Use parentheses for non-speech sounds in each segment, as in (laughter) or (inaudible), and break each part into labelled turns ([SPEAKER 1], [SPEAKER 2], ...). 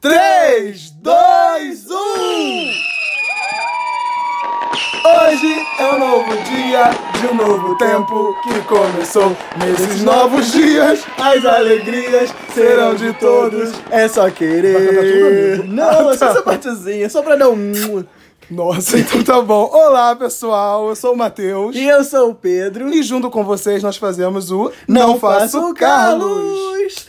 [SPEAKER 1] 3, 2, 1! Hoje é um novo dia de um novo tempo que começou. Nesses novos dias, as alegrias serão de todos.
[SPEAKER 2] É só querer.
[SPEAKER 1] Ah,
[SPEAKER 2] Não, é só
[SPEAKER 1] tá.
[SPEAKER 2] essa partezinha, só pra dar um.
[SPEAKER 1] Nossa, então tá bom. Olá, pessoal. Eu sou o Matheus.
[SPEAKER 2] E eu sou o Pedro.
[SPEAKER 1] E junto com vocês nós fazemos o
[SPEAKER 2] Não, faço o Carlos.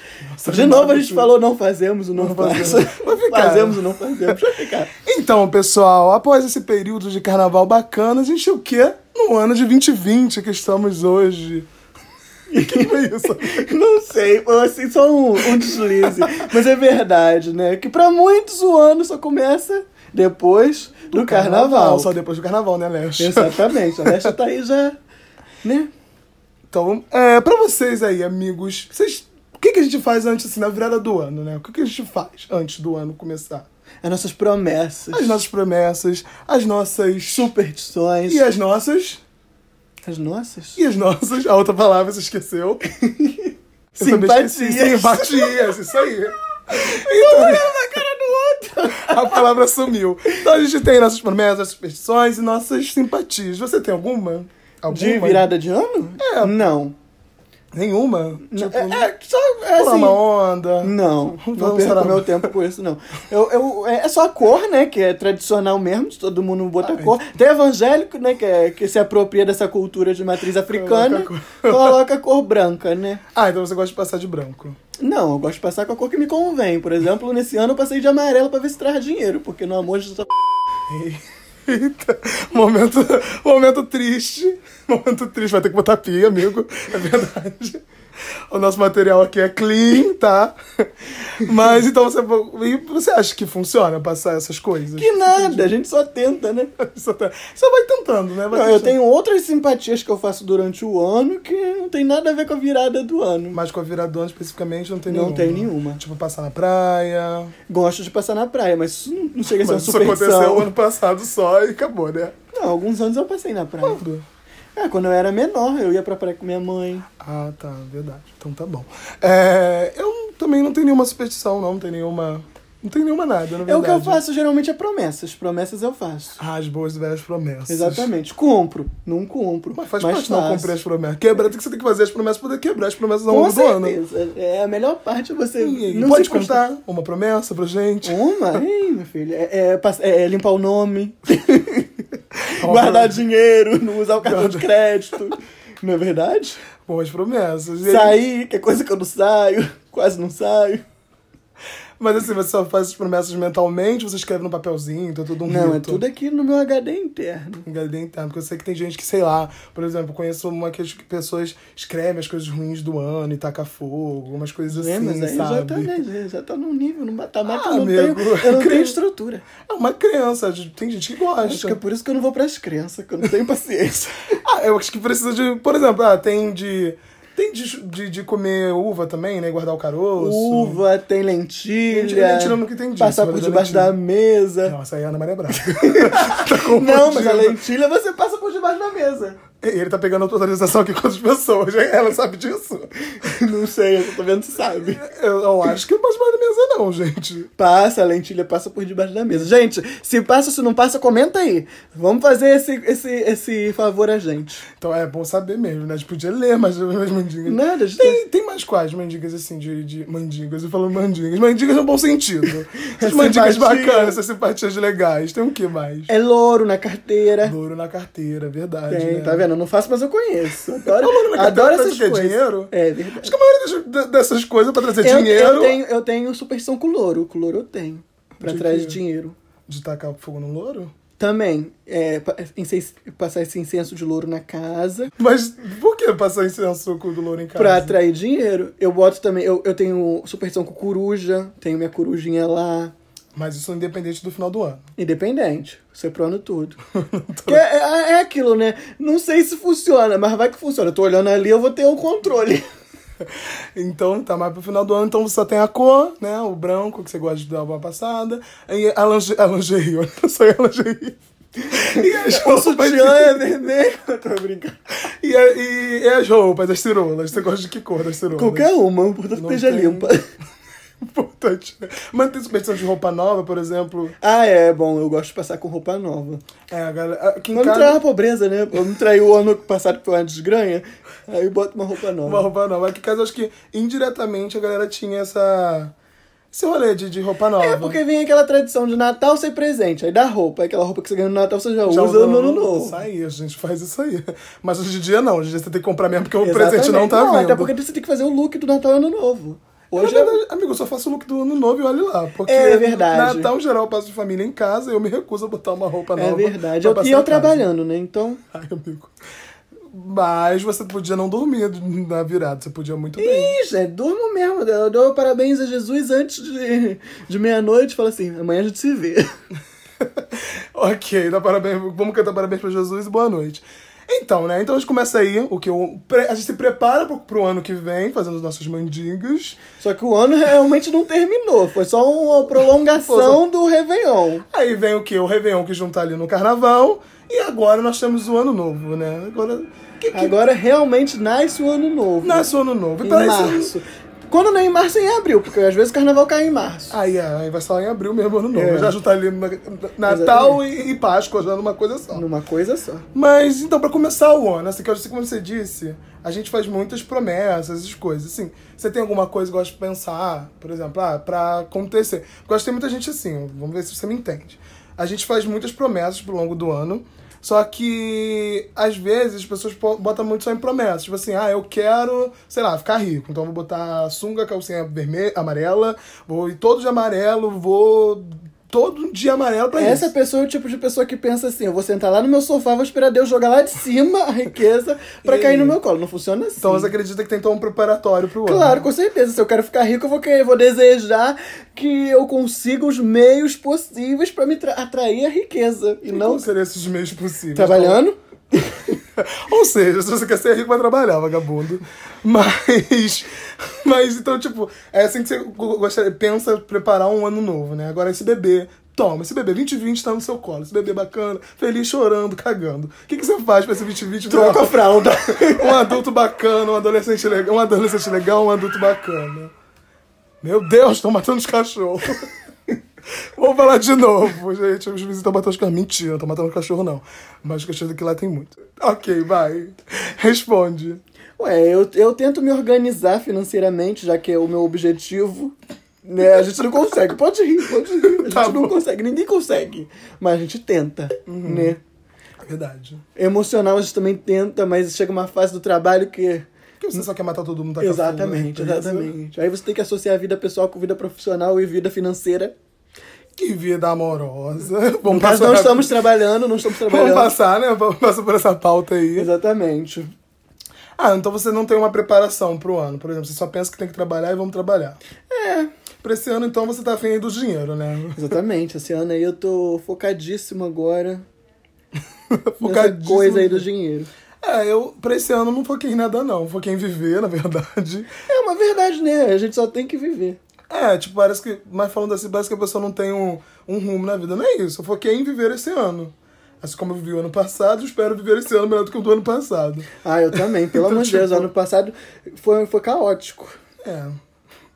[SPEAKER 2] De novo a gente falou não fazemos o não,
[SPEAKER 1] fazemos.
[SPEAKER 2] faço.
[SPEAKER 1] Vai ficar.
[SPEAKER 2] Fazemos o não fazemos. Vai ficar.
[SPEAKER 1] Então, pessoal, após esse período de carnaval bacana, a gente o quê? No ano de 2020 que estamos hoje. (laughs) O que foi
[SPEAKER 2] (laughs)
[SPEAKER 1] isso?
[SPEAKER 2] Não sei, foi assim, só um, um deslize. Mas é verdade, né? Que pra muitos o ano só começa depois do, carnaval.
[SPEAKER 1] Só depois do carnaval, né, Léo?
[SPEAKER 2] Exatamente. A Leste tá aí já, né?
[SPEAKER 1] Então, é, pra vocês aí, amigos, vocês, o que, que a gente faz antes, assim, na virada do ano, né? O que, que a gente faz antes do ano começar?
[SPEAKER 2] As nossas promessas,
[SPEAKER 1] As nossas promessas, as nossas...
[SPEAKER 2] superstições.
[SPEAKER 1] E é as nossas...
[SPEAKER 2] As nossas?
[SPEAKER 1] E as nossas... A outra palavra você esqueceu. Eu também esqueci.
[SPEAKER 2] Simpatias.
[SPEAKER 1] Simpatias, isso aí. Então, A palavra sumiu. Então a gente tem nossas promessas, superstições e nossas simpatias. Você tem alguma? Alguma?
[SPEAKER 2] De virada de ano?
[SPEAKER 1] É. Tipo, né?
[SPEAKER 2] Não.
[SPEAKER 1] Nenhuma?
[SPEAKER 2] É, é, só, é
[SPEAKER 1] Pula
[SPEAKER 2] assim,
[SPEAKER 1] uma onda.
[SPEAKER 2] Não, não
[SPEAKER 1] Vamos
[SPEAKER 2] perco
[SPEAKER 1] sarar.
[SPEAKER 2] meu tempo com isso, não. Eu, eu, é é só a cor, né? Que é tradicional mesmo, todo mundo
[SPEAKER 1] Ah,
[SPEAKER 2] bota cor. Tem evangélico, né? Que, é- que se apropria dessa cultura de matriz africana,
[SPEAKER 1] Coloca a cor.
[SPEAKER 2] coloca a cor branca, né?
[SPEAKER 1] Ah, então você gosta de passar de branco.
[SPEAKER 2] Não, eu gosto de passar com a cor que me convém. Por exemplo, nesse ano eu passei de amarelo pra ver se traz dinheiro, porque no amor de Jesus,
[SPEAKER 1] Eita, momento, momento triste. Momento triste, vai ter que botar pia, amigo. É verdade. O nosso material aqui é clean, tá? Mas então você, e você acha que funciona passar essas coisas?
[SPEAKER 2] que nada, a gente só tenta, né?
[SPEAKER 1] Só, tá- só vai tentando, né? Vai
[SPEAKER 2] Não, eu
[SPEAKER 1] tentando.
[SPEAKER 2] tenho outras simpatias que eu faço durante o ano que não tem nada a ver com a virada do ano.
[SPEAKER 1] Mas com a viradona especificamente não tem
[SPEAKER 2] Não
[SPEAKER 1] nenhuma.
[SPEAKER 2] tem nenhuma.
[SPEAKER 1] Tipo, passar na praia.
[SPEAKER 2] Gosto de passar na praia, mas isso não- não chega a ser uma
[SPEAKER 1] Mas isso aconteceu ano
[SPEAKER 2] superstição.
[SPEAKER 1] passado só e acabou, né?
[SPEAKER 2] Não, alguns anos eu passei na praia.
[SPEAKER 1] Quando?
[SPEAKER 2] É, quando eu era menor, eu ia pra praia com minha mãe.
[SPEAKER 1] Ah, tá, verdade. Então tá bom. É, eu não- também não tenho nenhuma superstição, não. Não tenho nenhuma. Não tenho nenhuma nada, na verdade.
[SPEAKER 2] É o que eu faço geralmente é promessas. Promessas eu faço.
[SPEAKER 1] Ah, as boas e velhas promessas.
[SPEAKER 2] Exatamente. Cumpro. Não cumpro.
[SPEAKER 1] Mas faz parte não
[SPEAKER 2] faço.
[SPEAKER 1] cumprir as promessas. Quebrar, tem que você tem que fazer as promessas pra poder quebrar as promessas ao
[SPEAKER 2] Com
[SPEAKER 1] longo do ano.
[SPEAKER 2] certeza. É a melhor parte você.
[SPEAKER 1] E aí,
[SPEAKER 2] não
[SPEAKER 1] pode
[SPEAKER 2] se Um. consta-
[SPEAKER 1] contar uma promessa pra gente?
[SPEAKER 2] Uma?
[SPEAKER 1] (laughs)
[SPEAKER 2] Ei, meu filho. É, é pass- é limpar o nome.
[SPEAKER 1] Uma
[SPEAKER 2] guardar
[SPEAKER 1] pro-
[SPEAKER 2] dinheiro, não usar o cartão de
[SPEAKER 1] Guarda-
[SPEAKER 2] crédito. Não é verdade?
[SPEAKER 1] Boas promessas. E aí-
[SPEAKER 2] Sair, que é coisa que eu não saio, quase não saio.
[SPEAKER 1] Mas assim, você só faz as promessas mentalmente, você escreve no papelzinho, tem tudo um
[SPEAKER 2] Não, é
[SPEAKER 1] rito.
[SPEAKER 2] tudo aqui no meu HD interno.
[SPEAKER 1] HD interno, porque eu sei que tem gente que, sei lá, por exemplo, eu conheço uma que as pessoas escrevem as coisas ruins do ano e taca fogo, umas coisas
[SPEAKER 2] É,
[SPEAKER 1] assim,
[SPEAKER 2] mas aí já tá,
[SPEAKER 1] sabe?
[SPEAKER 2] né, já tá num nível, num patamar que
[SPEAKER 1] Ah,
[SPEAKER 2] eu não,
[SPEAKER 1] amigo.
[SPEAKER 2] tenho, eu não tenho estrutura.
[SPEAKER 1] É uma criança, tem gente que
[SPEAKER 2] (laughs) Acho que
[SPEAKER 1] gosta.
[SPEAKER 2] é por isso que eu não vou pras crenças, que eu não tenho paciência.
[SPEAKER 1] Ah, eu acho que precisa de, por exemplo, ah, tem de tem de, de, de comer uva também, né, guardar o caroço.
[SPEAKER 2] (laughs) Uva, tem lentilha.
[SPEAKER 1] Lentilha, lentilha eu nunca entendi,
[SPEAKER 2] Passar
[SPEAKER 1] isso,
[SPEAKER 2] por
[SPEAKER 1] mas é
[SPEAKER 2] debaixo
[SPEAKER 1] lentilha.
[SPEAKER 2] da mesa.
[SPEAKER 1] Nossa, aí é a Ana Maria Braga.
[SPEAKER 2] Não, mas a
[SPEAKER 1] confundindo.
[SPEAKER 2] lentilha você passa por debaixo da mesa. (laughs)
[SPEAKER 1] E (laughs) Ele tá pegando autorização aqui com as pessoas, (laughs) né? ela sabe
[SPEAKER 2] (laughs)
[SPEAKER 1] disso.
[SPEAKER 2] Não sei, eu tô vendo se sabe.
[SPEAKER 1] Eu, eu acho que não pode mais na mesa não, gente.
[SPEAKER 2] Passa, a lentilha passa por debaixo da mesa. Gente, se passa ou se não passa, comenta aí. Vamos fazer esse, esse, esse favor a gente.
[SPEAKER 1] Então é bom saber mesmo, né? A gente podia ler mais as mandingas.
[SPEAKER 2] Nada, gente. tá-
[SPEAKER 1] Tem, tem mais quais mandingas assim, de, de mandingas? Eu falo mandingas. Mandingas no bom
[SPEAKER 2] (laughs)
[SPEAKER 1] sentido. Essas mandingas
[SPEAKER 2] Simpatia.
[SPEAKER 1] bacanas, essas simpatias legais. Tem o que mais?
[SPEAKER 2] É louro na carteira.
[SPEAKER 1] Louro na carteira, verdade.
[SPEAKER 2] Tem,
[SPEAKER 1] né?
[SPEAKER 2] tá vendo? Eu não faço, mas eu conheço. Adoro,
[SPEAKER 1] É louro na carteira,
[SPEAKER 2] adoro
[SPEAKER 1] pensa
[SPEAKER 2] essas
[SPEAKER 1] que é
[SPEAKER 2] coisas.
[SPEAKER 1] dinheiro?
[SPEAKER 2] É verdade.
[SPEAKER 1] Acho que a maioria das- dessas coisas é pra trazer
[SPEAKER 2] Eu,
[SPEAKER 1] dinheiro.
[SPEAKER 2] eu, tenho, eu tenho superstição com louro. Com louro eu tenho. Pra
[SPEAKER 1] De
[SPEAKER 2] trás de
[SPEAKER 1] quê?
[SPEAKER 2] dinheiro.
[SPEAKER 1] De tacar fogo no louro?
[SPEAKER 2] Também, é, pa- incenso- passar esse incenso de louro na casa.
[SPEAKER 1] Mas por que passar incenso com o do louro em casa?
[SPEAKER 2] Pra atrair dinheiro, eu boto também. Eu, eu tenho superstição com coruja, tenho minha corujinha lá.
[SPEAKER 1] Mas isso é independente do final do ano.
[SPEAKER 2] Independente. Você é pro
[SPEAKER 1] (laughs)
[SPEAKER 2] ano todo. Que é, é- é aquilo, né? Não sei se funciona, mas vai que funciona. Eu tô olhando ali, eu vou ter o
[SPEAKER 1] (laughs)
[SPEAKER 2] controle.
[SPEAKER 1] Então, tá mais pro final do ano, então você só tem a cor, né? O branco, que você gosta de dar uma passada. E a, linge, a lingerie, olha só, a lingerie. E
[SPEAKER 2] (laughs)
[SPEAKER 1] as
[SPEAKER 2] O
[SPEAKER 1] roupas.
[SPEAKER 2] sutiã
[SPEAKER 1] (laughs)
[SPEAKER 2] é vermelho. Eu tô brincando.
[SPEAKER 1] E, a- e- e as roupas, as cirolas. Você gosta de que cor das cirolas?
[SPEAKER 2] Qualquer uma, o importante
[SPEAKER 1] né?
[SPEAKER 2] é
[SPEAKER 1] Não
[SPEAKER 2] esteja
[SPEAKER 1] tem-
[SPEAKER 2] limpa.
[SPEAKER 1] Pô, (laughs) importante, né? Mantém suspensão de roupa nova, por exemplo.
[SPEAKER 2] (laughs) Ah, é, bom, eu gosto de passar com roupa nova.
[SPEAKER 1] É, a galera. Aqui em
[SPEAKER 2] Pra não
[SPEAKER 1] casa-
[SPEAKER 2] trair a pobreza, né? Pra não trair o ano passado que foi uma desgranha, aí eu boto uma roupa nova.
[SPEAKER 1] Uma roupa nova. Aqui em casa, acho que indiretamente a galera tinha essa. Esse rolê de, de roupa nova.
[SPEAKER 2] É porque vem aquela tradição de Natal sem presente, aí dá roupa, aí aquela roupa que você ganha no Natal você já, usa no ano novo.
[SPEAKER 1] Isso aí, a gente faz isso aí. Mas hoje em dia não, hoje em dia você tem que comprar mesmo porque o
[SPEAKER 2] Exatamente.
[SPEAKER 1] presente não tá vindo.
[SPEAKER 2] Até porque você tem que fazer o look do Natal e ano novo.
[SPEAKER 1] Na
[SPEAKER 2] Hoje é...
[SPEAKER 1] verdade, amigo, eu só faço o look do ano novo e olhe lá. Porque
[SPEAKER 2] É verdade.
[SPEAKER 1] Natal geral eu passo de família em casa e eu me recuso a botar uma roupa nova.
[SPEAKER 2] É verdade.
[SPEAKER 1] pra
[SPEAKER 2] Eu-
[SPEAKER 1] passar
[SPEAKER 2] e
[SPEAKER 1] em
[SPEAKER 2] eu
[SPEAKER 1] casa.
[SPEAKER 2] trabalhando, né? Então.
[SPEAKER 1] Ai, amigo. Mas você podia não dormir na virada, você podia muito bem. (laughs)
[SPEAKER 2] Ih, gente, é, durmo mesmo. Eu dou parabéns a Jesus antes de, de meia-noite. Falo assim, amanhã a gente se vê. (laughs)
[SPEAKER 1] Ok, dá parabéns. Vamos cantar parabéns pra Jesus e boa noite. Então, né? Então a gente começa aí o que eu, pre- a gente se prepara pro, pro ano que vem, fazendo os nossos mandingas.
[SPEAKER 2] Só que o ano realmente não terminou. Foi só uma prolongação do Réveillon.
[SPEAKER 1] Aí vem o quê? O Réveillon que junta ali no carnaval. E agora nós temos o ano novo, né? Agora. Que, que...
[SPEAKER 2] Agora realmente nasce o ano novo.
[SPEAKER 1] Nasce o ano novo.
[SPEAKER 2] Em
[SPEAKER 1] Então, esse-
[SPEAKER 2] março. Quando não é em março, é em abril, porque às vezes o carnaval cai em março.
[SPEAKER 1] Aí, é, aí vai só em abril mesmo, ano novo.
[SPEAKER 2] É.
[SPEAKER 1] Já juntar ali na- na- Natal e, e Páscoa, já numa coisa só.
[SPEAKER 2] Numa coisa só.
[SPEAKER 1] Mas, então, pra começar o ano, assim, que eu sei como você disse, a gente faz muitas promessas, essas coisas. Assim, você tem alguma coisa que gosta de pensar, por exemplo, ah, pra acontecer. Porque eu acho que tem muita gente assim, vamos ver se você me entende. A gente faz muitas promessas pro longo do ano, só que, às vezes, as pessoas po- botam muito só em promessas. Tipo assim, ah, eu quero, sei lá, ficar rico. Então, eu vou botar sunga, calcinha vermelha, amarela, vou ir todo de amarelo, vou todo dia amarelo pra
[SPEAKER 2] Essa
[SPEAKER 1] isso.
[SPEAKER 2] pessoa é o tipo de pessoa que pensa assim: eu vou sentar lá no meu sofá, vou esperar Deus jogar lá de cima a riqueza pra
[SPEAKER 1] E-
[SPEAKER 2] cair no meu colo. Não funciona assim.
[SPEAKER 1] Então, você acredita que tem que ter um preparatório pro ano.
[SPEAKER 2] Claro, com certeza. Se eu quero ficar rico, eu vou, querer, vou desejar que eu consiga os meios possíveis pra me tra- atrair a riqueza. E
[SPEAKER 1] Não
[SPEAKER 2] não
[SPEAKER 1] seria esses meios possíveis.
[SPEAKER 2] trabalhando.
[SPEAKER 1] (laughs) Ou seja, se você quer ser rico, vai trabalhar, vagabundo. Mas. (laughs) Mas então, tipo, é assim que você go- gostaria, pensa preparar um ano novo, né? Agora, esse bebê, toma, esse bebê 2020 tá no seu colo. Esse bebê bacana, feliz, chorando, cagando. O que, que você faz pra esse 2020
[SPEAKER 2] Troca a fralda.
[SPEAKER 1] virar um adulto bacana, um adolescente legal, um adolescente legal, um adulto bacana? Meu Deus, estão matando os cachorros. (laughs) Vamos falar de novo, gente. Os vizinhos estão matando os cachorros. Mentira, não estão matando os cachorros, não. Mas os cachorros daqui lá tem muito. Ok, vai. Responde.
[SPEAKER 2] (laughs) Ué, eu, eu tento me organizar financeiramente, já que é o meu objetivo. Né? A gente não consegue. Pode rir, pode rir. A
[SPEAKER 1] (laughs)
[SPEAKER 2] gente
[SPEAKER 1] Tá bom. Uhum.
[SPEAKER 2] não consegue, ninguém consegue. Mas a gente tenta, né?
[SPEAKER 1] É Verdade.
[SPEAKER 2] Emocional a gente também tenta, mas chega uma fase do trabalho que.
[SPEAKER 1] Porque você só quer matar todo mundo da
[SPEAKER 2] Exatamente,
[SPEAKER 1] cafona, né?
[SPEAKER 2] exatamente. Aí você tem que associar a vida pessoal com vida profissional e vida financeira.
[SPEAKER 1] Que vida amorosa. (laughs) Vamos
[SPEAKER 2] Mas não
[SPEAKER 1] rápido.
[SPEAKER 2] estamos trabalhando, não estamos
[SPEAKER 1] Vamos
[SPEAKER 2] trabalhando.
[SPEAKER 1] passar, né? Vamos passar por essa pauta aí.
[SPEAKER 2] Exatamente.
[SPEAKER 1] Ah, então você não tem uma preparação pro ano, por exemplo. Você só pensa que tem que trabalhar e vamos trabalhar.
[SPEAKER 2] É,
[SPEAKER 1] Pra esse ano, então, você tá afim aí do dinheiro, né?
[SPEAKER 2] exatamente. Esse ano aí eu tô focadíssimo agora nessa
[SPEAKER 1] (laughs) Focadíssimo.
[SPEAKER 2] coisa aí do dinheiro.
[SPEAKER 1] É, eu, pra esse ano, não foquei em nada, não. Foquei em viver, (laughs) na verdade.
[SPEAKER 2] É uma verdade, né? A gente só tem que viver.
[SPEAKER 1] É, tipo, parece que. Mas falando assim, parece que a pessoa não tem um, um rumo na vida. Não é isso. Eu foquei em viver esse ano. Assim como eu vivi o ano passado, eu espero viver esse ano melhor do que o do ano passado.
[SPEAKER 2] Ah, eu também, pelo
[SPEAKER 1] (laughs) Então,
[SPEAKER 2] amor de Deus.
[SPEAKER 1] tipo-
[SPEAKER 2] Ano passado foi, foi caótico.
[SPEAKER 1] É. (laughs)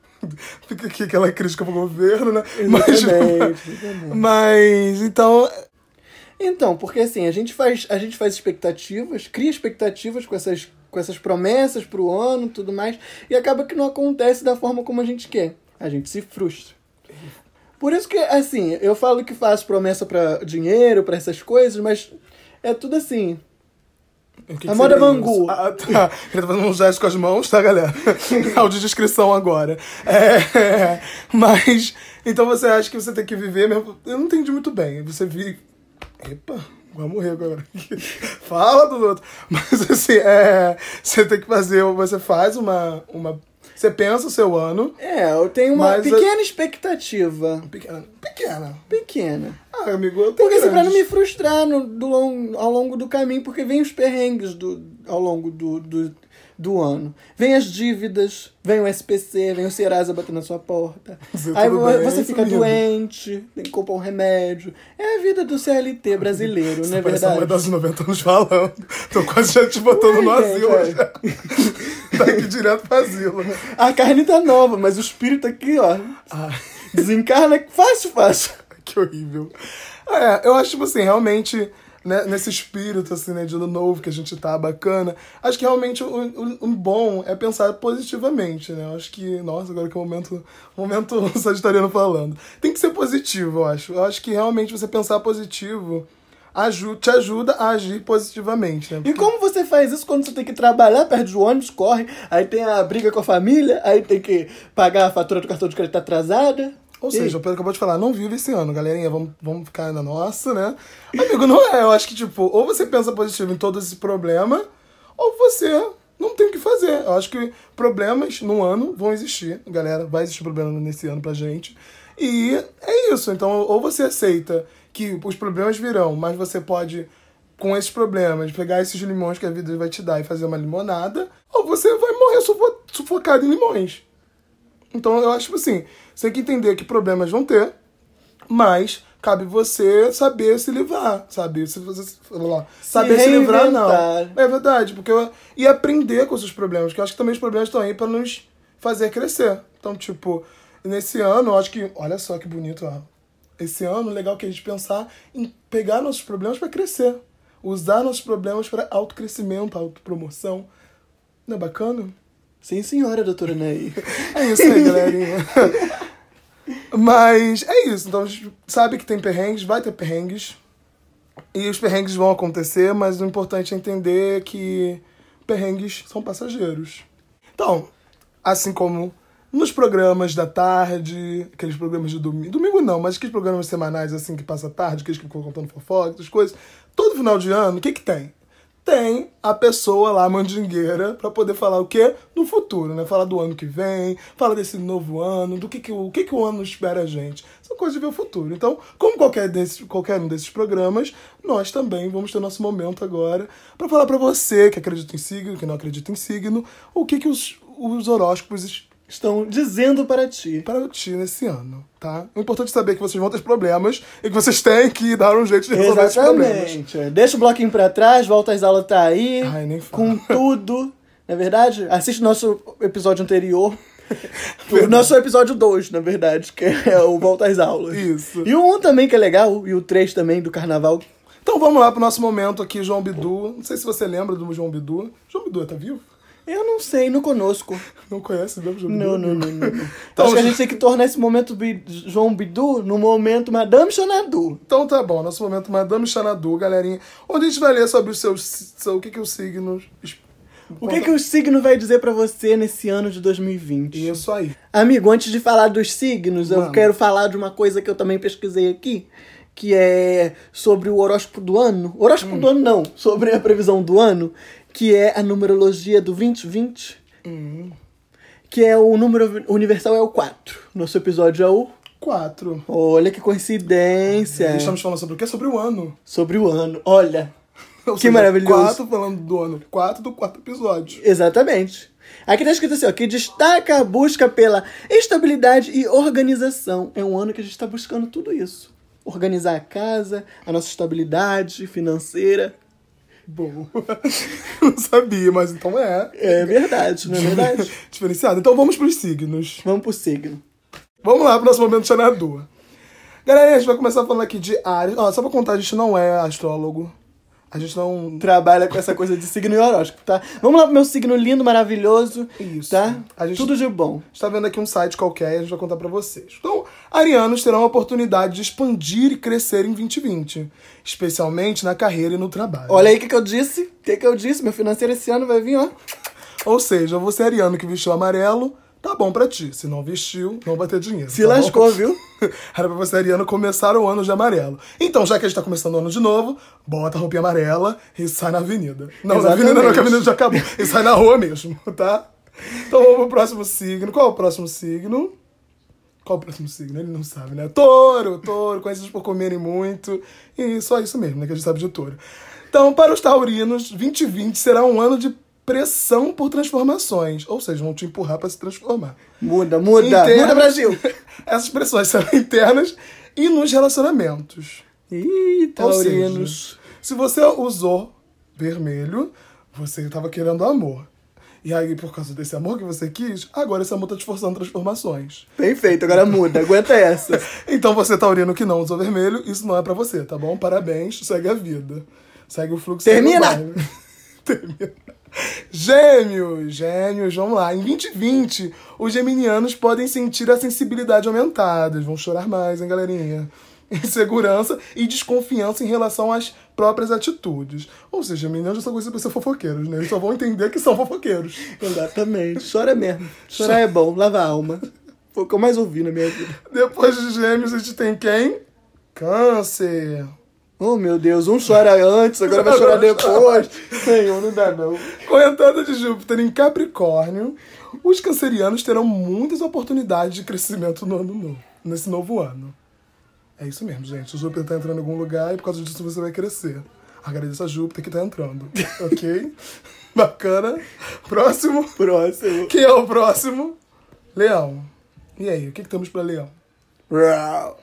[SPEAKER 1] Fica aqui aquela crítica pro governo, né?
[SPEAKER 2] Exatamente,
[SPEAKER 1] Mas, (laughs) mas então.
[SPEAKER 2] Então, porque assim, a gente faz, a gente faz expectativas, cria expectativas com essas, com essas promessas pro ano e tudo mais, e acaba que não acontece da forma como a gente quer. A gente se frustra. Por isso que, assim, eu falo que faço promessa pra dinheiro, pra essas coisas, mas é tudo assim.
[SPEAKER 1] o que
[SPEAKER 2] A
[SPEAKER 1] que
[SPEAKER 2] moda
[SPEAKER 1] seria
[SPEAKER 2] Bangu.
[SPEAKER 1] isso? Ah, tá. (laughs) Ele tá fazendo um gesto com as mãos, tá, (laughs) galera? Áudio descrição agora. É, é, (laughs) mas. Então você acha que você tem que viver mesmo. Eu não entendi muito bem. Você vive. Epa, vai morrer agora. (laughs) Fala do outro. (laughs) Mas assim, é. Você tem que fazer. Você faz uma. uma você pensa o seu ano.
[SPEAKER 2] É, eu tenho uma
[SPEAKER 1] Mas a-
[SPEAKER 2] pequena expectativa.
[SPEAKER 1] Pequena. Pequena.
[SPEAKER 2] Pequena.
[SPEAKER 1] Ah, amigo, eu tenho
[SPEAKER 2] Porque assim, pra não
[SPEAKER 1] grandes.
[SPEAKER 2] me frustrar no, do long- ao longo do caminho, porque vem os perrengues do, ao longo do, do, do ano. Vem as dívidas, vem o SPC, vem o Serasa batendo na
[SPEAKER 1] (laughs)
[SPEAKER 2] sua porta.
[SPEAKER 1] Isso,
[SPEAKER 2] Aí
[SPEAKER 1] tudo
[SPEAKER 2] vo-
[SPEAKER 1] bem,
[SPEAKER 2] você
[SPEAKER 1] isso
[SPEAKER 2] fica
[SPEAKER 1] mesmo.
[SPEAKER 2] doente, tem que comprar um remédio. É a vida do
[SPEAKER 1] (laughs)
[SPEAKER 2] CLT brasileiro, não é
[SPEAKER 1] Parece a mãe
[SPEAKER 2] verdade?
[SPEAKER 1] dos 90 anos falando. Tô quase já te botando no
[SPEAKER 2] Ué, gente,
[SPEAKER 1] asilo.
[SPEAKER 2] olha.
[SPEAKER 1] (laughs) tá aqui direto pra Zila.
[SPEAKER 2] A carne tá nova, mas o espírito tá aqui, ó. Desencarna fácil, fácil.
[SPEAKER 1] Que horrível. Ah, É, eu acho, tipo assim, realmente, né, nesse espírito, assim, né, de ano novo que a gente tá bacana, acho que realmente o, o, o bom é pensar positivamente, né? Eu acho que, nossa, agora que é o momento, momento (laughs) sagitariano falando. Tem que ser positivo, eu acho. Eu acho que realmente você pensar positivo aju te ajuda a agir positivamente, né?
[SPEAKER 2] E como você faz isso quando você tem que trabalhar, perde o ônibus, corre, aí tem a briga com a família, aí tem que pagar a fatura do cartão de crédito atrasada?
[SPEAKER 1] Ou seja, o Pedro acabou de falar, não vive esse ano, galerinha, vamos, vamos ficar na nossa, né? Amigo, não é, eu acho que, tipo, ou você pensa positivo em todo esse problema, ou você não tem o que fazer. Eu acho que problemas no ano vão existir, galera, vai existir problema nesse ano pra gente. E é isso, então, ou você aceita que os problemas virão, mas você pode, com esses problemas, pegar esses limões que a vida vai te dar e fazer uma limonada, ou você vai morrer sufo- sufocado em limões. Então eu acho tipo assim, você tem que entender que problemas vão ter, mas cabe você saber se livrar, sabe? Se você sei lá, saber se livrar não.
[SPEAKER 2] reinventar.
[SPEAKER 1] É verdade, porque eu, e aprender com seus problemas, que eu acho que também os problemas estão aí pra nos fazer crescer. Então, tipo, nesse ano, eu acho que, olha só que bonito, ó. Esse ano, legal que a gente pensar em pegar nossos problemas pra crescer, usar nossos problemas para autocrescimento, autopromoção. Não é bacana?
[SPEAKER 2] Sim, senhora, doutora Ney.
[SPEAKER 1] É isso aí, galerinha. Mas é isso. Então a gente sabe que tem perrengues, vai ter perrengues. E os perrengues vão acontecer, mas o importante é entender que perrengues são passageiros. Então, assim como nos programas da tarde, aqueles programas de domingo. Domingo não, mas aqueles programas semanais assim que passa a tarde, aqueles que ficam contando fofoca, essas coisas. Todo final de ano, o que que tem? Tem a pessoa lá, mandingueira, pra poder falar o quê? No futuro, né? Falar do ano que vem, falar desse novo ano, do que que, o o que, que o ano espera a gente. São coisas de ver o futuro. Então, como qualquer, desses, qualquer um desses programas, nós também vamos ter nosso momento agora pra falar pra você que acredita em signo, que não acredita em signo, o que que os, os horóscopos
[SPEAKER 2] (laughs) Estão dizendo para ti.
[SPEAKER 1] para o ti nesse ano, tá? O importante é saber que vocês vão ter problemas e que vocês têm que dar um jeito de resolver esses problemas.
[SPEAKER 2] Exatamente. Deixa o bloquinho pra trás, volta às aulas, tá aí.
[SPEAKER 1] Ai, nem fala.
[SPEAKER 2] com tudo. Na verdade, assiste nosso
[SPEAKER 1] (laughs)
[SPEAKER 2] episódio anterior. o nosso episódio 2, na verdade, que é o Volta às Aulas.
[SPEAKER 1] Isso.
[SPEAKER 2] E o 1 um também, que é legal, e o 3 também, do carnaval.
[SPEAKER 1] Então vamos lá pro nosso momento aqui, João Bidu. Não sei se você lembra do João Bidu. João Bidu tá vivo?
[SPEAKER 2] Eu não sei, não conosco.
[SPEAKER 1] Não conhece mesmo João
[SPEAKER 2] Não,
[SPEAKER 1] Bidu?
[SPEAKER 2] não, não, (laughs) não. não.
[SPEAKER 1] Então,
[SPEAKER 2] Acho que a gente tem que tornar esse momento Bi- João Bidu no momento Madame Xanadu.
[SPEAKER 1] Então tá bom, nosso momento Madame Xanadu, galerinha. Onde a gente vai ler sobre os seus. seu- o que que os signos.
[SPEAKER 2] O que, que o signo vai dizer pra você nesse ano de 2020?
[SPEAKER 1] Isso aí.
[SPEAKER 2] Amigo, antes de falar dos signos, eu
[SPEAKER 1] Vamos.
[SPEAKER 2] quero falar de uma coisa que eu também pesquisei aqui, que é sobre o horóscopo do ano. Horóscopo do ano não, sobre a previsão do ano, que é a numerologia do 2020, Hum. que é o número universal é o 4. Nosso episódio é o
[SPEAKER 1] Quatro.
[SPEAKER 2] Olha que coincidência.
[SPEAKER 1] Estamos falando sobre o quê? Sobre o ano.
[SPEAKER 2] Sobre o ano. Olha.
[SPEAKER 1] Ou
[SPEAKER 2] Que maravilhoso.
[SPEAKER 1] Quatro falando do ano. Quatro do quarto episódio. (laughs)
[SPEAKER 2] Exatamente. Aqui tá escrito assim, ó, que destaca a busca pela estabilidade e organização. É um ano que a gente tá buscando tudo isso. Organizar a casa, a nossa estabilidade financeira.
[SPEAKER 1] Bom. não sabia, mas então é.
[SPEAKER 2] É verdade, não é verdade?
[SPEAKER 1] (laughs) Diferenciado. Então vamos pros signos.
[SPEAKER 2] Vamos pro signo.
[SPEAKER 1] Vamos lá pro nosso momento Xanadu. Galera, a gente vai começar falando aqui de Ares. Ó, só pra contar, a gente não é astrólogo. A gente não.
[SPEAKER 2] Trabalha com essa coisa de signo e horóscopo, tá? Vamos lá pro meu signo lindo, maravilhoso.
[SPEAKER 1] Isso.
[SPEAKER 2] Tá?
[SPEAKER 1] A gente-
[SPEAKER 2] Tudo de bom.
[SPEAKER 1] está vendo aqui um site qualquer e a gente vai contar pra vocês. Então, arianos terão a oportunidade de expandir e crescer em 2020, especialmente na carreira e no trabalho.
[SPEAKER 2] Olha aí o que, que eu disse. O que, que eu disse? Meu financeiro esse ano vai vir, ó.
[SPEAKER 1] Ou seja, você ariano que vestiu amarelo, tá bom pra ti. Se não vestiu, não vai ter dinheiro.
[SPEAKER 2] Se
[SPEAKER 1] tá bom?
[SPEAKER 2] lascou, viu?
[SPEAKER 1] (laughs) Era pra você ariano começar o ano de amarelo. Então, já que a gente tá começando o ano de novo, bota a roupinha amarela e sai na avenida. Não, na avenida não, que a avenida já acabou. E sai na rua mesmo, tá? Então vamos pro próximo signo. Qual é o próximo signo? Qual o próximo signo? Ele não sabe, né? Touro, touro, conhecidos por comerem muito. E só isso mesmo, né? Que a gente sabe de touro. Então, para os taurinos, 2020 será um ano de pressão por transformações. Ou seja, vão te empurrar para se transformar.
[SPEAKER 2] Muda, muda.
[SPEAKER 1] Internas-
[SPEAKER 2] Muda, Brasil.
[SPEAKER 1] (laughs) Essas pressões serão internas e nos relacionamentos.
[SPEAKER 2] Ih,
[SPEAKER 1] Ou seja,
[SPEAKER 2] taurinos.
[SPEAKER 1] se você usou vermelho, você estava querendo amor. E aí, por causa desse amor que você quis, agora esse amor tá te forçando transformações.
[SPEAKER 2] Perfeito, agora muda. Aguenta essa.
[SPEAKER 1] Então você taurino que não usou vermelho, isso não é pra você, tá bom? Parabéns, segue a vida. Segue o fluxo.
[SPEAKER 2] Termina!
[SPEAKER 1] segue o baile. (laughs) Termina. Gêmeos, gêmeos, vamos lá. Em 2020, os geminianos podem sentir a sensibilidade aumentada. Eles vão chorar mais, hein, galerinha? (laughs) Insegurança e desconfiança em relação às próprias atitudes. Ou seja, geminianos são conhecidos por ser fofoqueiros, né? Eles só vão entender que são fofoqueiros.
[SPEAKER 2] (laughs) Exatamente. Chora mesmo. Chorar é bom, lava a alma. Foi o que eu mais ouvi na minha vida.
[SPEAKER 1] Depois de gêmeos, a gente tem quem? Câncer.
[SPEAKER 2] Oh, meu Deus, um chora antes, agora vai chorar depois. Senhor, não dá não.
[SPEAKER 1] Com a entrada de Júpiter em Capricórnio, os cancerianos terão muitas oportunidades de crescimento no ano novo, nesse novo ano. É isso mesmo, gente. O Júpiter tá entrando em algum lugar e por causa disso você vai crescer. Agradeço a Júpiter que tá entrando, ok? (laughs) Bacana. Próximo.
[SPEAKER 2] Próximo.
[SPEAKER 1] Quem é o próximo? Leão. E aí, o que, que temos pra Leão?
[SPEAKER 2] Rau.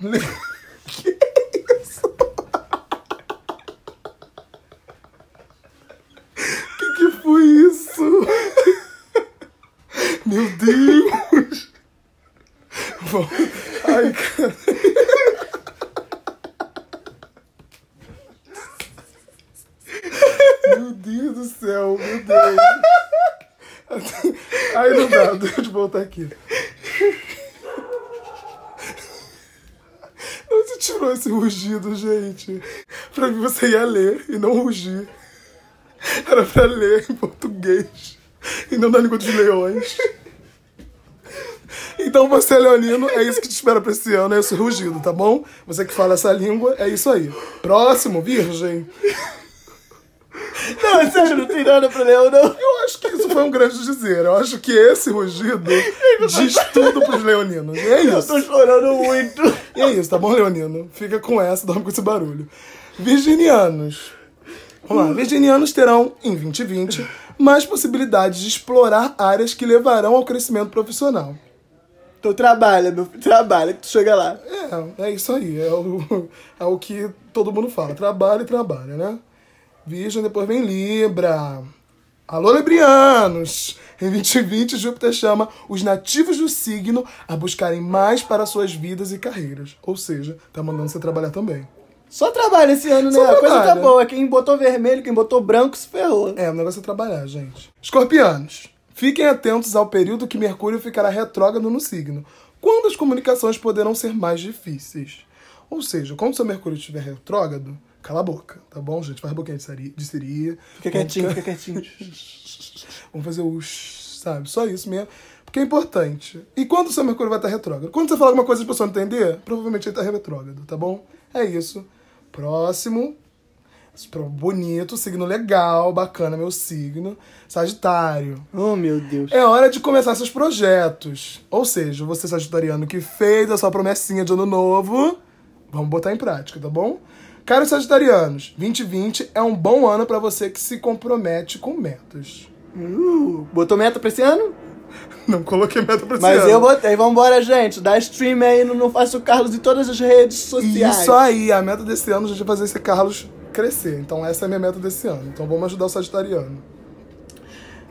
[SPEAKER 1] que que foi isso? Meu Deus! Bom, ai, cara. Meu Deus do céu, meu Deus. Ai, não dá, deixa eu voltar aqui. Não se tirou esse rugido, gente. Pra mim você ia ler e não rugir. Era pra ler em português e não na língua dos leões. Então você, Leonino, é isso que te espera pra esse ano, é esse rugido, tá bom? Você que fala essa língua, é isso aí. Próximo, Virgem.
[SPEAKER 2] Não, sério, não tem nada pra Leão, não.
[SPEAKER 1] Eu acho que isso foi um grande dizer. Eu acho que esse rugido diz tudo pros leoninos. E é
[SPEAKER 2] Eu tô
[SPEAKER 1] isso.
[SPEAKER 2] chorando muito.
[SPEAKER 1] E é isso, tá bom, Leonino? Fica com essa, dorme com esse barulho. Virginianos. Vamos lá. Virginianos terão, em 2020, mais possibilidades de explorar áreas que levarão ao crescimento profissional.
[SPEAKER 2] Então trabalha, meu filho, trabalha, que tu chega lá.
[SPEAKER 1] É, é isso aí. É o, é o que todo mundo fala. Trabalha e trabalha, né? Virgem, depois vem Libra. Alô, Librianos! Em 2020, Júpiter chama os nativos do signo a buscarem mais para suas vidas e carreiras. Ou seja, tá mandando você trabalhar também.
[SPEAKER 2] Só trabalha esse ano, né?
[SPEAKER 1] Só
[SPEAKER 2] A coisa tá
[SPEAKER 1] trabalha.
[SPEAKER 2] boa. Quem botou vermelho, quem botou branco se ferrou.
[SPEAKER 1] É, o negócio é trabalhar, gente. Escorpianos, fiquem atentos ao período que Mercúrio ficará retrógrado no signo, quando as comunicações poderão ser mais difíceis. Ou seja, quando seu Mercúrio estiver retrógrado, cala a boca, tá bom, gente? Faz boquinha de siri- de siri.
[SPEAKER 2] Fica quietinho, fica quietinho.
[SPEAKER 1] Vamos fazer o shh, sabe? Só isso mesmo. Porque é importante. E quando o seu Mercúrio vai estar retrógrado? Quando você falar alguma coisa e a pessoa não entender, provavelmente ele está retrógrado, tá bom? É isso. Próximo. Pro- Bonito, signo legal, bacana, meu signo. Sagitário.
[SPEAKER 2] (laughs) Oh, meu Deus.
[SPEAKER 1] É hora de começar seus projetos. Ou seja, você sagitariano que fez a sua promessinha de ano novo, vamos botar em prática, tá bom? Caros sagitarianos, 2020 é um bom ano pra você que se compromete com metas.
[SPEAKER 2] Uh, botou meta pra esse ano?
[SPEAKER 1] Não coloquei meta pra esse
[SPEAKER 2] Mas
[SPEAKER 1] ano.
[SPEAKER 2] eu botei. Vambora, gente. Dá stream aí no Não Faço Carlos em todas as redes sociais.
[SPEAKER 1] Isso aí, a meta desse ano a gente vai fazer esse Carlos crescer. Então essa é a minha meta desse ano. Então vamos ajudar o Sagitariano.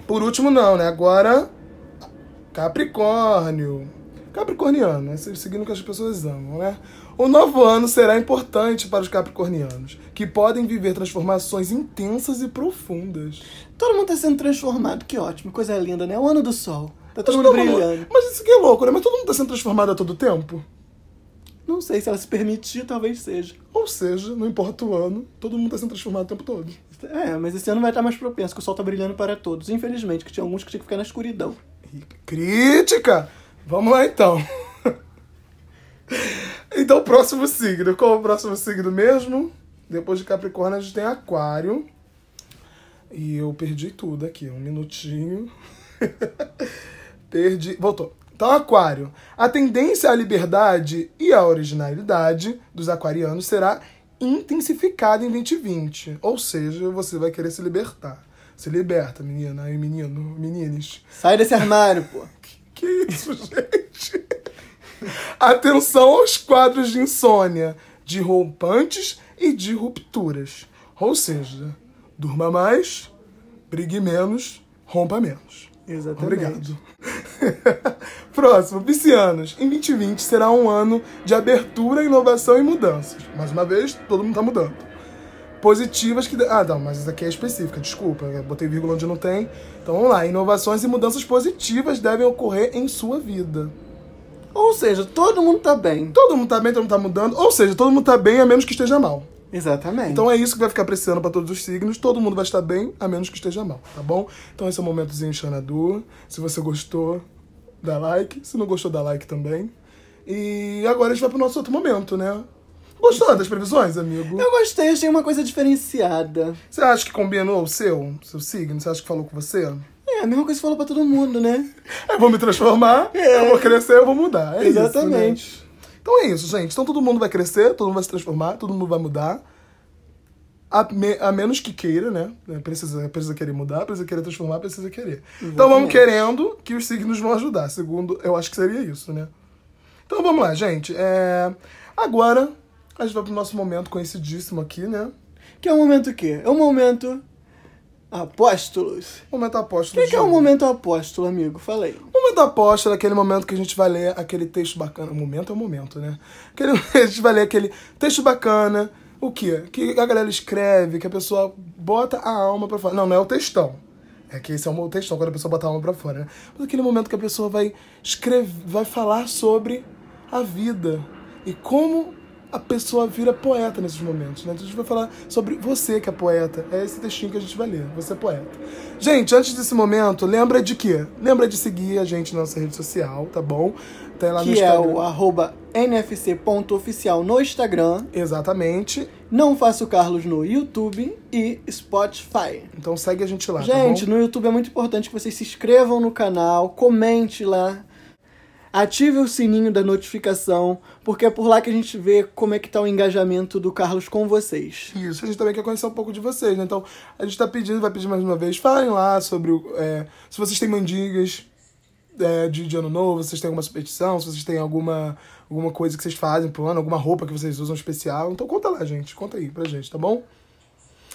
[SPEAKER 1] Por último, não, né? Agora, Capricórnio. Capricorniano, esse é o signo que as pessoas amam, né? O novo ano será importante para os capricornianos, que podem viver transformações intensas e profundas.
[SPEAKER 2] Todo mundo tá sendo transformado. Que ótimo. Coisa linda, né? O ano do sol. Tá todo
[SPEAKER 1] Mas
[SPEAKER 2] mundo brilhando.
[SPEAKER 1] Mas isso que é louco, né? Mas todo mundo tá sendo transformado a todo tempo?
[SPEAKER 2] Não sei se ela se permitir, talvez seja.
[SPEAKER 1] Ou seja, não importa o ano, todo mundo tá sendo transformado o tempo todo.
[SPEAKER 2] É, mas esse ano vai estar mais propenso, que o sol tá brilhando para todos. Infelizmente, que tinha alguns que tinha que ficar na escuridão.
[SPEAKER 1] Crítica! Vamos lá então. (laughs) Então, o próximo signo. Qual é o próximo signo mesmo? Depois de Capricórnio, a gente tem Aquário. E eu perdi tudo aqui, um minutinho. (laughs) perdi. Voltou. Então, Aquário. A tendência à liberdade e à originalidade dos aquarianos será intensificada em 2020. Ou seja, você vai querer se libertar. Se liberta, menina e menino, menines.
[SPEAKER 2] Sai desse armário, pô.
[SPEAKER 1] Que isso, (laughs) gente? Atenção aos quadros de insônia, de rompantes e de rupturas. Ou seja, durma mais, brigue menos, rompa menos.
[SPEAKER 2] (laughs) Exatamente.
[SPEAKER 1] Obrigado. (laughs) Próximo, Vicianos. Em 2020 será um ano de abertura, inovação e mudanças. Mais uma vez, todo mundo tá mudando. Positivas que. Ah, não, mas isso aqui é específica, desculpa. eu Botei vírgula onde não tem. Então vamos lá. Inovações e mudanças positivas devem ocorrer em sua vida.
[SPEAKER 2] Ou seja, todo mundo tá bem.
[SPEAKER 1] Todo mundo tá bem, todo mundo tá mudando. Ou seja, todo mundo tá bem, a menos que esteja mal.
[SPEAKER 2] Exatamente.
[SPEAKER 1] Então é isso que vai ficar pra esse ano pra todos os signos. Todo mundo vai estar bem, a menos que esteja mal, tá bom? Então esse é o momentozinho Xanadu. Se você gostou, dá like. Se não gostou, dá like também. E agora a gente vai pro nosso outro momento, né? Gostou das previsões, amigo?
[SPEAKER 2] Eu gostei, achei uma coisa diferenciada.
[SPEAKER 1] Você acha que combinou o seu, seu signo? Você acha que falou com você?
[SPEAKER 2] É, a mesma coisa que falou pra todo mundo, né?
[SPEAKER 1] Eu vou me transformar, eu vou crescer, eu vou mudar. É isso, né?
[SPEAKER 2] É. Exatamente.
[SPEAKER 1] Então é isso, gente. Então todo mundo vai crescer, todo mundo vai se transformar, todo mundo vai mudar. A, me- a menos que queira, né? Precisa, precisa querer mudar, precisa querer transformar, precisa querer. Então vamos querendo que os signos vão ajudar. Segundo, eu acho que seria isso, né? Então vamos lá, gente. É, Agora a gente vai pro nosso momento conhecidíssimo aqui, né?
[SPEAKER 2] Que é o momento o quê? É o momento apóstolos.
[SPEAKER 1] Momento
[SPEAKER 2] O
[SPEAKER 1] apóstolo.
[SPEAKER 2] que, que é o momento apóstolo, amigo? Falei.
[SPEAKER 1] Momento apóstolo, aquele momento que a gente vai ler aquele texto bacana. O momento é o momento, né? Aquele, (laughs) a gente vai ler aquele texto bacana. O quê? Que a galera escreve, que a pessoa bota a alma pra fora. Não, não é o textão. É que esse é o textão, quando a pessoa bota a alma pra fora, né? Mas aquele momento que a pessoa vai escrever, vai falar sobre a vida. E como a pessoa vira poeta nesses momentos, né? Então a gente vai falar sobre você que é poeta. É esse textinho que a gente vai ler. Você é poeta. Gente, antes desse momento, lembra de quê? Lembra de seguir a gente na nossa rede social, tá bom? Tá lá no
[SPEAKER 2] Que é
[SPEAKER 1] Instagram.
[SPEAKER 2] o arroba nfc.oficial no Instagram.
[SPEAKER 1] Exatamente.
[SPEAKER 2] Não faço Carlos no YouTube e Spotify.
[SPEAKER 1] Então segue a gente lá,
[SPEAKER 2] Gente,
[SPEAKER 1] tá bom?
[SPEAKER 2] no YouTube é muito importante que vocês se inscrevam no canal, comente lá, ative o sininho da notificação, porque é por lá que a gente vê como é que tá o engajamento do Carlos com vocês.
[SPEAKER 1] Isso, a gente também quer conhecer um pouco de vocês, né? Então, a gente tá pedindo, vai pedir mais uma vez, falem lá sobre o, é, se vocês têm mandigas é, de, de ano novo, se vocês têm alguma superstição, se vocês têm alguma, alguma coisa que vocês fazem pro ano, alguma roupa que vocês usam especial. Então conta lá, gente, conta aí pra gente, tá bom?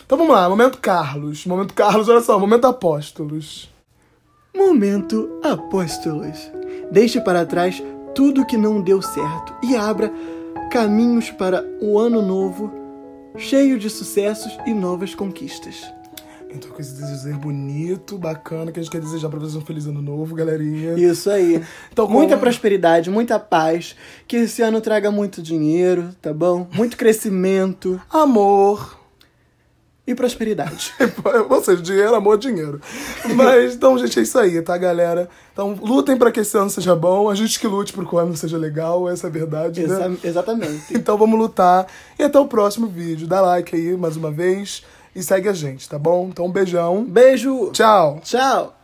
[SPEAKER 1] Então vamos lá, momento Carlos. Momento Carlos, olha só, momento apóstolos.
[SPEAKER 2] Momento Apóstolos. Deixe para trás tudo que não deu certo e abra caminhos para o ano novo, cheio de sucessos e novas conquistas.
[SPEAKER 1] Então, com esse desejo bonito, bacana, que a gente quer desejar pra vocês um feliz ano novo, galerinha.
[SPEAKER 2] Isso aí.
[SPEAKER 1] Então, com-
[SPEAKER 2] muita prosperidade, muita paz. Que esse ano traga muito dinheiro, tá bom? Muito crescimento
[SPEAKER 1] Amor.
[SPEAKER 2] e prosperidade.
[SPEAKER 1] (laughs) Ou seja, dinheiro, é amor, dinheiro. Mas, então, gente, é isso aí, tá, galera? Então, lutem pra que esse ano seja bom. A gente que lute pro que o ano seja legal, essa é a verdade, né?
[SPEAKER 2] Exa- exatamente.
[SPEAKER 1] Então, vamos lutar. E até o próximo vídeo. Dá like aí, mais uma vez. E segue a gente, tá bom? Então, um beijão.
[SPEAKER 2] Beijo.
[SPEAKER 1] Tchau!
[SPEAKER 2] Tchau.